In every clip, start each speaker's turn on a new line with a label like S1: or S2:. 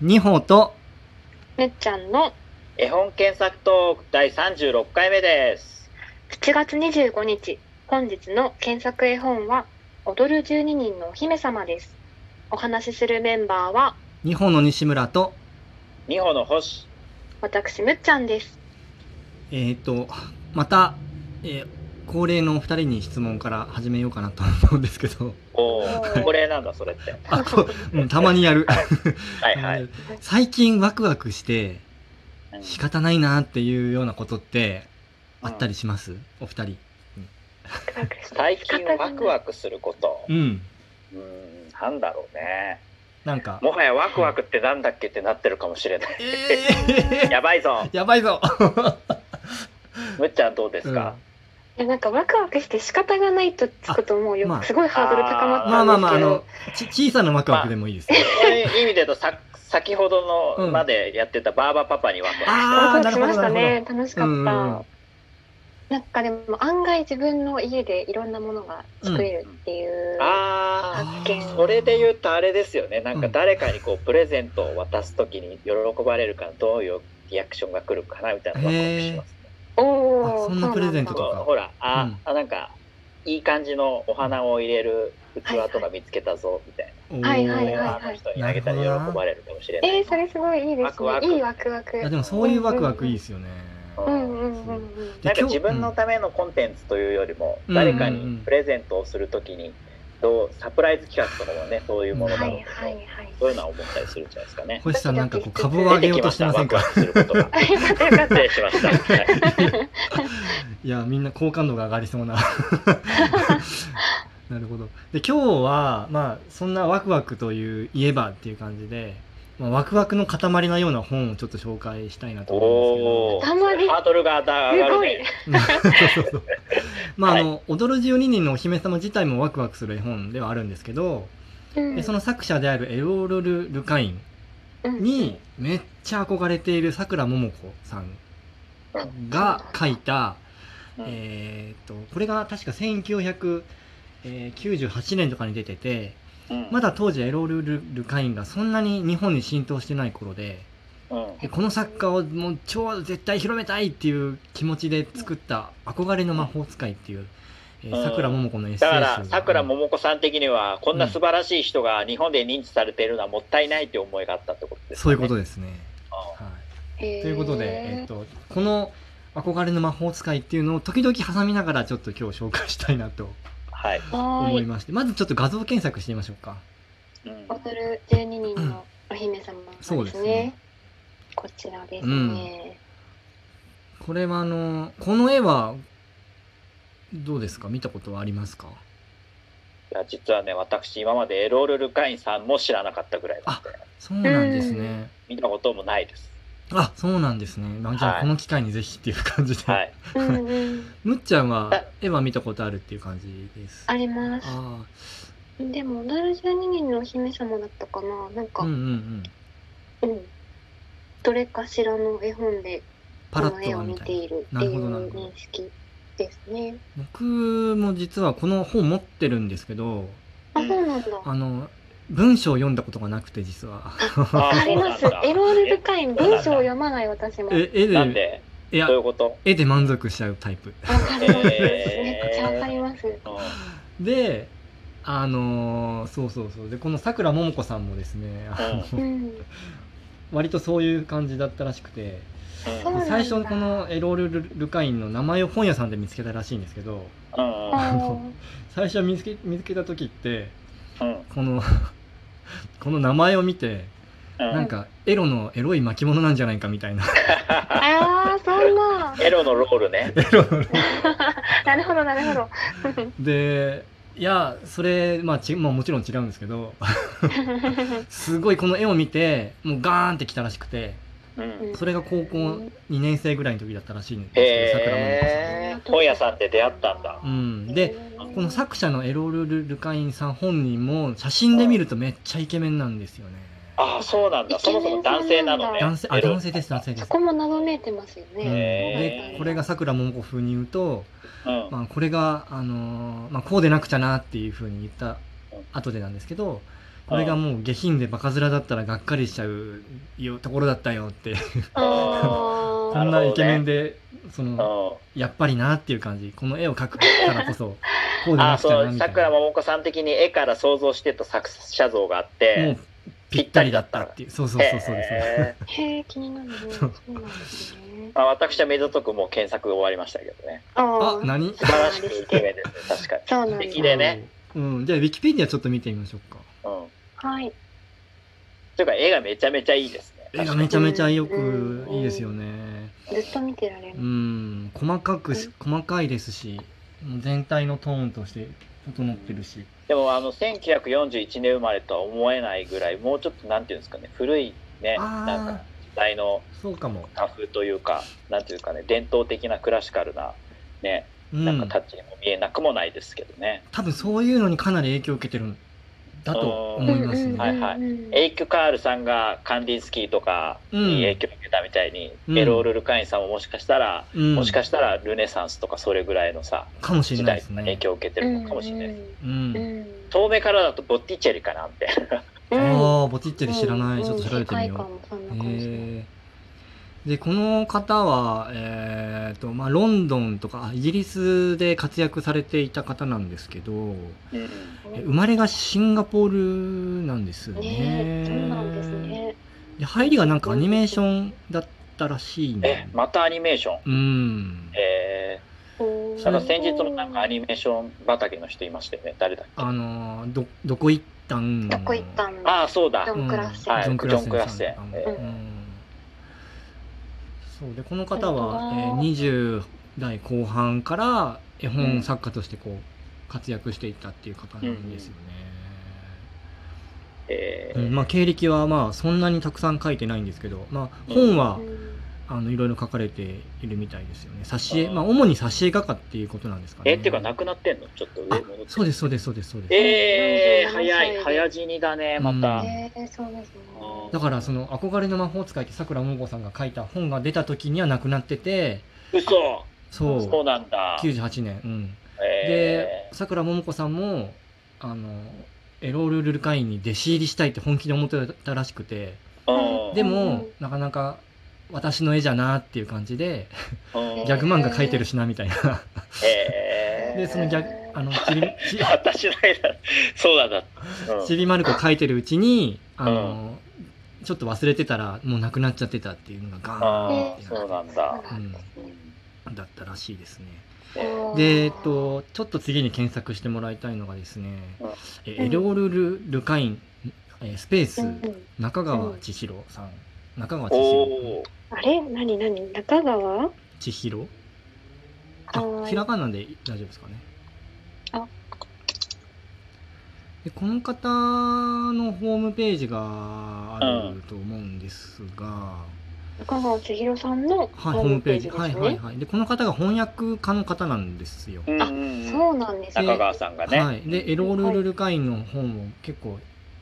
S1: 二歩と
S2: むっちゃんの
S3: 絵本検索トーク第36回目です。
S2: 7月25日、本日の検索絵本は、踊る12人のお姫様です。お話しするメンバーは、
S1: 二歩の西村と
S3: 二歩の星。
S2: 私むっちゃんです。
S1: えっ、とまた、えー恒例のお二人に質問から始めようかなと思うんですけ ど
S3: お
S2: お
S3: ー
S2: ー
S3: これなんだ、それって。
S1: あこう、うん、たまにやる、
S3: はいはい。
S1: 最近ワクワクして
S3: うん
S1: 仕方ないなっていうようなことってあったりします、お二人
S3: 最近ワクワクすること。
S1: うん
S3: うーん、なんだろうね。
S1: なんか
S3: もはやワクワクってなんだっけってなってるかもしれ ない。
S1: えー、
S3: やばいぞ。
S1: やばい ぞ
S3: むっちゃんどうですか、
S2: いやなんかワクワクして仕方がないとつくと思うよ、
S1: あまあ
S2: すごいハードル高まっ
S1: ま
S2: た
S1: あ
S2: ん
S1: ま
S2: で
S1: あま
S2: すけど、
S1: ああのち小さなワクワクでもいいですよ、
S3: そういう意味で言うとさ、先ほど
S1: う
S3: の
S1: ん
S3: までやってたバーバパパにワクワクし
S1: あー
S2: ワクワクしました
S1: な
S2: ね楽しかった、
S1: うんうんうん
S2: なんかでも案外自分の家でいろんなものが作れるっていう、
S3: た。あー。
S2: 発見
S3: それで言うとあれですよねなん
S1: う
S3: か
S1: ん
S3: 誰かにこうプレゼントを渡す時に喜ばれるからどういうリアクションが来るかなみたいなワクワクしますね
S2: おお
S1: あそんなプレゼントと
S3: こ
S1: か
S3: うほらあ,、
S1: うん
S3: あなんかいい感じのお花を入れる器と
S2: はいは
S3: か見つけたぞみたい
S1: おー
S2: はい
S3: な、
S2: は
S3: それ
S2: いはい
S3: はあの人にあげたら喜ばれるかもしれない、
S2: えー、それすごいいいですね
S3: ワクワク
S2: いいワクワク
S1: いやでもそういうワクワクいいですよね、
S3: うん
S2: うんうんうんうん
S1: で
S3: な
S1: 今
S3: んか
S1: 日
S3: 自分のためのコンテンツというよりも、
S1: うん
S3: 誰かにプレゼントをする時にどうサプライズ企画とかもねそういうもの
S2: は
S3: だ
S2: い
S3: ろうけど、
S2: はいはい
S3: そういうのは思ったりするんじゃないですかね。
S1: 星さんなんかこう株を上げようとしてませんか
S3: ワクワクすることが
S2: あよかったよかっ
S3: 失 礼しました。はい
S1: いやみんな好感度が上がりそう ななるほどで今日はまあそんなワクワクといういえばっていう感じで、まあ、ワクワクの塊のような本をちょっと紹介したいなと思うん
S3: お
S1: で
S3: お。
S1: す
S2: たまに
S3: ハードルが上
S2: た
S3: が
S2: す
S3: る
S2: ごい
S3: ね。
S1: けどそうそうそうまああの「踊る12人のお姫様」自体もワクワクする絵本ではあるんですけど
S2: うん
S1: でその作者であるエロール・ルルカインにめっちゃ憧れているさくらももこさんが書いた、
S3: うん
S1: えー、とこれが確か1998年とかに出てて
S3: うん
S1: まだ当時エロール・ルルカインがそんなに日本に浸透してない頃で
S3: うん
S1: でこの作家をもう超絶対広めたいっていう気持ちで作った「憧れの魔法使い」っていうえー
S3: うん
S1: さくらももこのエッセ
S3: だ
S1: イ集
S3: から、さくら
S1: も
S3: ももこさん的には、こんな素晴らしい人が日本で認知されているのはもったいないっていう思いがあったってことです
S1: そういうこと
S3: で
S1: ですね。はい
S2: と
S1: ということで、えっ
S2: え
S1: と、この「憧れの魔法使い」っていうのを時々挟みながらちょっと今日紹介したいなと
S3: はい。
S2: ー、は
S1: 思
S2: ー
S1: い
S2: い
S1: まして、まずちょっと画像検索してみましょうか
S3: うん
S2: 踊る12人のお姫様ですね,、
S1: そうですね
S2: こちらですね、
S1: これはあのこの絵はどうですか見たことはありますか
S3: いや実はね、私、今までエロール・ルカインさんも知らなかったぐらいなので、
S1: そうなんですね、
S3: 見たこともないです。
S1: あそうなんですね、まあ、じゃ
S3: は
S1: あ
S3: い
S1: この機会にぜひっていう感じで、
S3: はい。
S2: うんうん
S1: むっちゃんは絵は見たことあるっていう感じです
S2: ありま す
S1: あ
S2: でも踊る12人のお姫様だったかななん
S1: あ
S2: か、
S1: う
S2: うん
S1: うんんうん
S2: どれかしらの絵本で
S1: パ
S2: こ
S1: ラッ
S2: の
S1: と
S2: 絵
S1: は
S2: を
S1: み
S2: 見
S1: た
S2: て
S1: いない
S2: るっ
S1: な
S2: て
S1: る
S2: い
S1: ほどなる
S2: う
S1: ほど
S2: 認識ですね
S1: 僕も実はこの本持ってるんですけど
S2: あそうなんだ
S1: あの文章を読んだことがなくて実は
S3: あ
S2: あります
S3: そうなんだ
S2: エロール深い文章を読まない私もわ
S1: え絵で
S3: なんで、
S1: いや
S3: どういうこと
S1: 絵で満足しちゃうタイプ
S2: かります、め
S3: え
S2: っ
S3: ー
S2: ちゃわかります
S3: うん
S1: であのーそうそうそうでこのさくらももこさんもですねあ
S2: う
S1: の
S2: ん
S1: 割とそういう感じだったらしくて
S2: そうなんだ
S1: 最初このエロール・ルルカインの名前を本屋さんで見つけたらしいんですけど
S3: うんうんうん
S2: あー
S1: 最初見つけ見つけた時って
S3: うん
S1: この この名前を見て
S3: うん
S1: なんかエロのエロい巻物なんじゃないかみたいな
S2: あーそんな
S3: エロのロールね。
S1: エロの
S2: なるほどなるほど
S1: でいやそれ、まあ、ちまあもちろん違うんですけどすごいこの絵を見てもうガーンってきたらしくて
S3: うん
S1: それが高校2年生ぐらいの時だったらしいんですけど桜の子さん
S3: へー本屋さんで出会ったんだ。
S1: うん、でこの作者のエロル・ルルカインさん本人も写真で見るとめっちゃイケメンなんですよね
S3: ああ、そうなんだ。そもそも男性なのね。
S1: 男性あ
S3: エロ
S1: 男性です男性で
S2: そ
S1: す、
S2: こも謎めいてますよ
S1: うん、
S2: ね、
S1: でこれがさくらももこ風に言うと、
S3: うん
S1: まあ、これが、あのーまあ、こうでなくちゃなっていう風に言った後でなんですけどこれがもう下品でバカ面だったらがっかりしちゃうよところだったよって
S2: あ
S1: こ
S2: あ
S1: んなイケメンで、そ
S3: うん
S1: のやっぱりなっていう感じこの絵を描くからこ そこうで
S3: あ
S1: な
S3: あ
S1: くちゃ
S3: そ
S1: な
S3: う
S1: みたい
S3: さくら
S1: な
S3: ももこさん的に絵から想像してた作者像があって
S1: もうぴったりだったっていうそうそうそうそうですね
S3: へえ
S2: へえ気になるねそうなんですね
S3: まあ、私は目ざとくもう検索終わりましたけど ね
S2: あ
S1: あ
S2: あ
S1: 何
S3: 素晴らしくイケメンですね確かに
S2: そうなん
S3: 素
S2: です
S3: 敵でね
S1: うん、じゃあウィキペディアちょっと見てみましょうか
S3: うん
S2: はい
S3: というか絵がめちゃめちゃいいですね
S1: 絵が
S3: 確か
S1: め
S3: に
S1: ちゃめちゃよく
S2: うん
S1: いいですよね
S2: ずっと見てられ
S1: う
S2: る
S1: ん細かくし細かいですしもう全体のトーンとして整ってるし
S3: でもあの1941年生まれとは思えないぐらいもうちょっとなんていうんですかね古いね
S1: あー
S3: なんか時代の
S1: そうかも
S3: 家風というかなんていうかね伝統的なクラシカルなね
S1: う
S3: なんか
S1: ん
S3: タッチにも見えなくもないですけどね、
S1: 多分そういうのにかなり影響を受けてるんだと思います
S2: うんう
S1: ね
S2: んうんうん
S3: はいはいエイク・カールさんがカンディンスキーとかに影響を受けたみたいに、
S1: うん
S3: エロール・ルカインさんももしかしたら、
S1: うん
S3: もしかしたらルネサンスとかそれぐらいのさ
S1: かもしれ
S3: 時
S1: ないで
S3: 代
S1: す
S3: の
S1: ね
S3: 影響を受けてるのかもしれないです、
S1: う
S2: うんん
S3: 遠目からだとボッティチェリかなみたいな
S1: あ
S2: うん
S1: あボティッチェリ知らないちょっと調べてみよう
S2: うん世界観もそんな感じで
S1: えーでこの方は、えーとまあ、ロンドンとかあイギリスで活躍されていた方なんですけど
S3: うん
S1: え生まれがシンガポールなんですよ
S2: ね
S1: ね。
S2: えそうなんですね
S1: で入りがなんかアニメーションだったらしい
S3: え
S1: ね。
S3: またアニメーション
S1: うん、
S3: え
S2: お
S3: ー、
S2: ー
S3: なんか先日もなんかアニメーション畑の人いましたよね誰だっけ
S1: あのーどどこ行ったん
S2: どこ行ったん
S3: ああそうだ
S2: ジョンクラッセン
S1: うんジョンクラッセンさん
S3: はいジョンクラッセン
S1: あの
S3: え
S2: え
S1: うんそうでこの方
S2: あ
S1: は、え
S2: りがとう
S1: ー、
S2: な
S1: 20代後半から絵本作家としてこう活躍していったっていう方なんですよね。
S3: え
S1: う
S3: ー
S1: んまあ、経歴はまあそんなにたくさん書いてないんですけど、まあ、
S3: うん
S1: 本は、
S2: うん
S1: あのいろいろ書かれているみたいですよね。挿絵、
S3: あー
S1: まあ、主に挿絵画家っていうことなんですかね。
S3: えっていうかなくなってんのちょっと上
S1: あ
S3: 戻って
S1: そうですそうですそうですそうです。
S3: えー、
S2: 47
S3: 早い
S2: 歳
S3: 早死にだねまた、
S1: うん
S2: えー、そうですね
S1: だからその憧れの魔法使いってさくらももこさんが書いた本が出た時にはなくなってて、
S3: 嘘
S1: そう
S3: そうなんだ、
S1: 98年。うん、で
S3: え
S1: さくらももこさんもあのエロール・ルルカインに弟子入りしたいって本気で思ってたらしくて
S3: ーうん、
S1: で
S2: うん
S1: もなかなか私の絵じゃなっていう感じで
S3: うん、
S1: ギャグ漫画描いてるしなみたいな。
S3: えー、
S1: でそのギャグあのちびち
S3: 私の絵だそうなんだ、うん
S1: ちびまる子描いてるうちに、あの、ちょっと忘れてたら、もうなくなっちゃってたっていうのがガ
S3: あ
S1: ーンっ
S3: ー
S1: て
S3: そう
S1: な
S3: なんだ、
S2: そうなんで
S3: う
S2: すね
S3: ん
S1: んだったらしいですね。
S3: えー
S1: で、えっと、ちょっと次に検索してもらいたいのがですね
S3: うん、
S1: えエロルル・ルカイン、えスペース
S2: う、ん
S1: 中川千尋さん。中川千尋。
S3: おー
S2: あれ何何中川
S1: 千尋
S2: は
S1: あ
S2: ーい
S1: ひらがなで大丈夫ですかね。
S2: あ
S1: でこの方のホームページがあると思うんですが、
S2: 中川千尋さんのホ
S1: はい、ホ
S2: ー
S1: ー
S2: ム
S1: ムペ
S2: ペー
S1: ー
S2: ジ
S1: ジ。
S2: で
S1: はい
S2: す
S1: はい
S2: ね。
S1: はい。で、この方が翻訳家の方なんですよ。
S3: うんうんうん
S2: そうなんです
S3: 中
S2: ね。
S3: 川さんがね、
S1: はい。で、エロール・ルルカインの本を結構、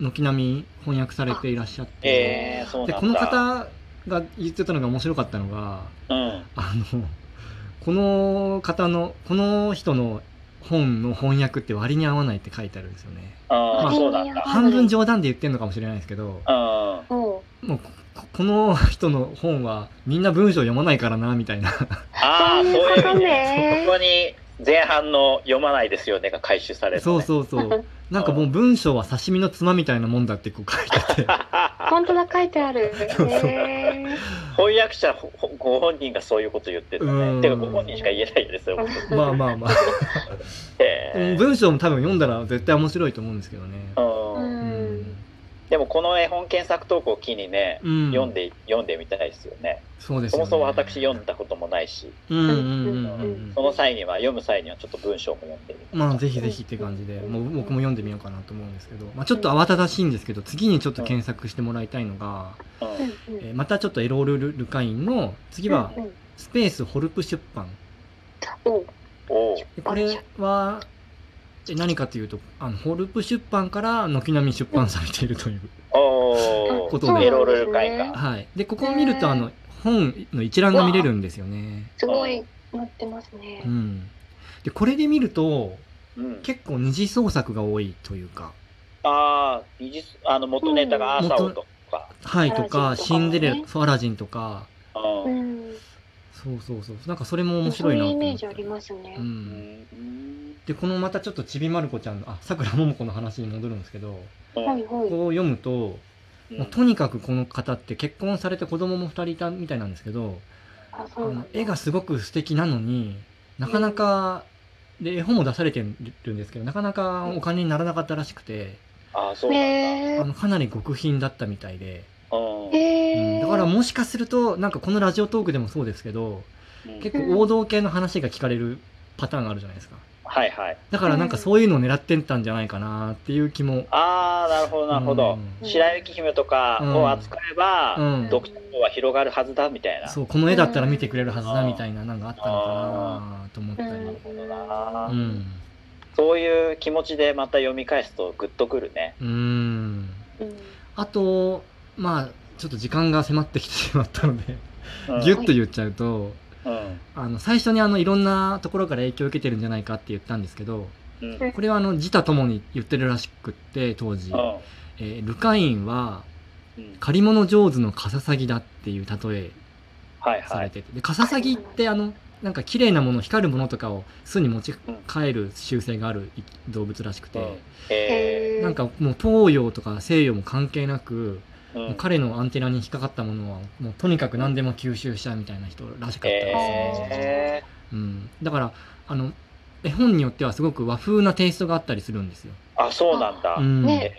S1: 軒並み翻訳されていらっしゃって、
S3: えー、そうなん
S1: で、
S3: だ
S1: この方が言ってたのが面白かったのが、
S3: うん
S1: あの、 この方の、この人の本の翻訳って割に合わないって書いてあるんですよね。
S3: あー
S1: まあ
S3: そうなんだ
S2: あ
S1: 半分冗談で言ってんのかもしれないですけど、
S3: うん
S2: そ
S1: もうこ、この人の本はみんな文章読まないからな、みたい な。
S3: ああ、
S2: う
S3: そう
S2: いうこ
S3: いう
S2: と
S3: 意味
S2: ね
S3: ね。ここに前半の読まないですよねが回収される、ね。
S1: そう そうそう。なんかもう文章は刺身のつまみたいなもんだってこう書いて て。
S2: う。本当だ書いて ある。へ
S3: 翻訳者ほほご本人がそういうこと言ってる
S1: う
S3: ね。
S1: ん
S3: てかご本人しか言えないですよ。
S2: ー
S1: まあまあまあ。
S3: えー
S1: 文章も多分読んだら絶対面白いと思うんですけどね。
S2: う
S3: うん
S1: うん
S2: ん。。
S3: でもこの絵本検索投稿を機にね、
S1: うん
S3: 読んで読んでみたいですよね。
S1: そうです
S3: そ
S1: よね
S3: もそも私読んだこともないし、
S1: うんうんうんう
S2: うんん。
S3: その際には読む際にはちょっと文章も読んでみる。
S1: まあぜひぜひって感じで、もう僕も読んでみようかなと思うんですけど、まあちょっと慌ただしいんですけど、次にちょっと検索してもらいたいのが、
S3: うん
S2: うん
S1: えーまたちょっとエロール・ルカインの、次は
S2: うんうん
S1: スペース・ホルプ出版。
S2: おう
S3: おう
S1: でこれは、え何かというと、あの、ホルプ出版から軒並み出版されているという。
S3: お
S1: こ
S3: う
S1: とで
S3: エロルル会
S2: そうなんで
S3: が。
S1: はい。で、ここを見ると、あの、本の一覧が見れるんですよね。
S2: すごい載ってますね
S1: う。ん。で、これで見ると、
S3: うん
S1: 結構二次創作が多いというか、
S3: ああ、美術、あの、元ネタが朝尾とか。
S1: はいとか、
S2: アラジンとかもね
S1: シンデレラ、そうアラジンとか、
S3: う。
S2: うんん。
S1: そうそうそう、なんかそれも面
S2: そ
S1: 白
S2: う
S1: い
S2: い
S1: な
S2: う
S1: と
S2: イ
S1: 思
S2: メ
S1: っ
S2: ージ
S1: て
S2: ありますね。
S1: う、
S3: うんん。
S1: でこのまたちょっとちびまる子ちゃんのあさくらももこの話に戻るんですけど
S2: はいは
S1: こう
S2: い。
S1: 読むと、まあとにかくこの方って結婚されて子供も2人いたみたいなんですけど
S2: あ、
S1: あ
S2: そうな
S1: の
S2: んだ
S1: 絵がすごく素敵なのになかなか、で絵本も出されてるんですけどなかなかお金にならなかったらしくて
S3: ああ、そうなんだ。
S1: あ
S2: へ
S1: のかなり極貧だったみたいで、
S3: うん
S2: え。へ
S1: うん
S2: え。
S1: だからもしかするとなんかこのラジオトークでもそうですけど結構王道系の話が聞かれるパターンがあるじゃないですか
S3: はいはい。
S1: だからなんかそういうのを狙ってったんじゃないかなっていう気も
S3: ああ、なるほど、なるほど。
S1: うん
S3: 白雪姫とかを扱えば、
S1: うん
S3: 読者の方は広がるはずだみたいな。
S1: そうこの絵だったら見てくれるはずだみたいななんかあったのかなと思ったり
S2: うん
S3: なるほどな
S1: う、ん
S3: そういう気持ちでまた読み返すとグッとくるね。
S1: うん
S2: うん
S1: あとまあちょっと時間が迫ってきてしまったので
S3: うん
S1: ギュッと言っちゃうと
S3: うん
S1: あの最初にあのいろんなところから影響を受けてるんじゃないかって言ったんですけど
S3: うん
S2: うん
S1: これはあの自他ともに言ってるらしくって当時、えールカインは
S3: うん
S1: 借り物上手のカササギだっていう例え
S3: はい
S1: さ
S3: は
S1: れ
S3: い。
S1: てて、でカササギってあのなんか綺麗なもの光るものとかを巣に持ち帰る習性がある動物らしく
S3: うん
S1: て、
S3: え
S2: へえ。
S1: なんかもう東洋とか西洋も関係なく、
S3: ーう
S1: もうん彼のアンテナに引っかかったものはもうとにかく何でも吸収しちゃうみたいな人らしかったですね、
S3: え
S1: うん、だからあの絵本によってはすごく和風なテイストがあったりするんですよ、
S3: ーあ、そうなんだ。
S1: うん
S2: ね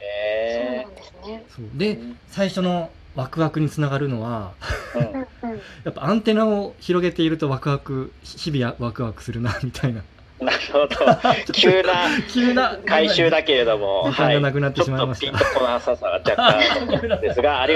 S2: そう
S3: へ
S2: な、んですね。
S1: そう
S3: え
S1: で最初のワクワクにつながるのは
S2: うんうん。
S1: やっぱアンテナを広げているとワクワク日々ワクワクするなみたいな
S3: なるほど。急な
S1: 急な
S3: 回収だけれども、
S1: 時間が
S3: は
S1: ないくなって
S3: ちょっ
S1: しまい
S3: と
S1: まし
S3: ピン
S1: た
S3: とこなささが若干あったんですが、あり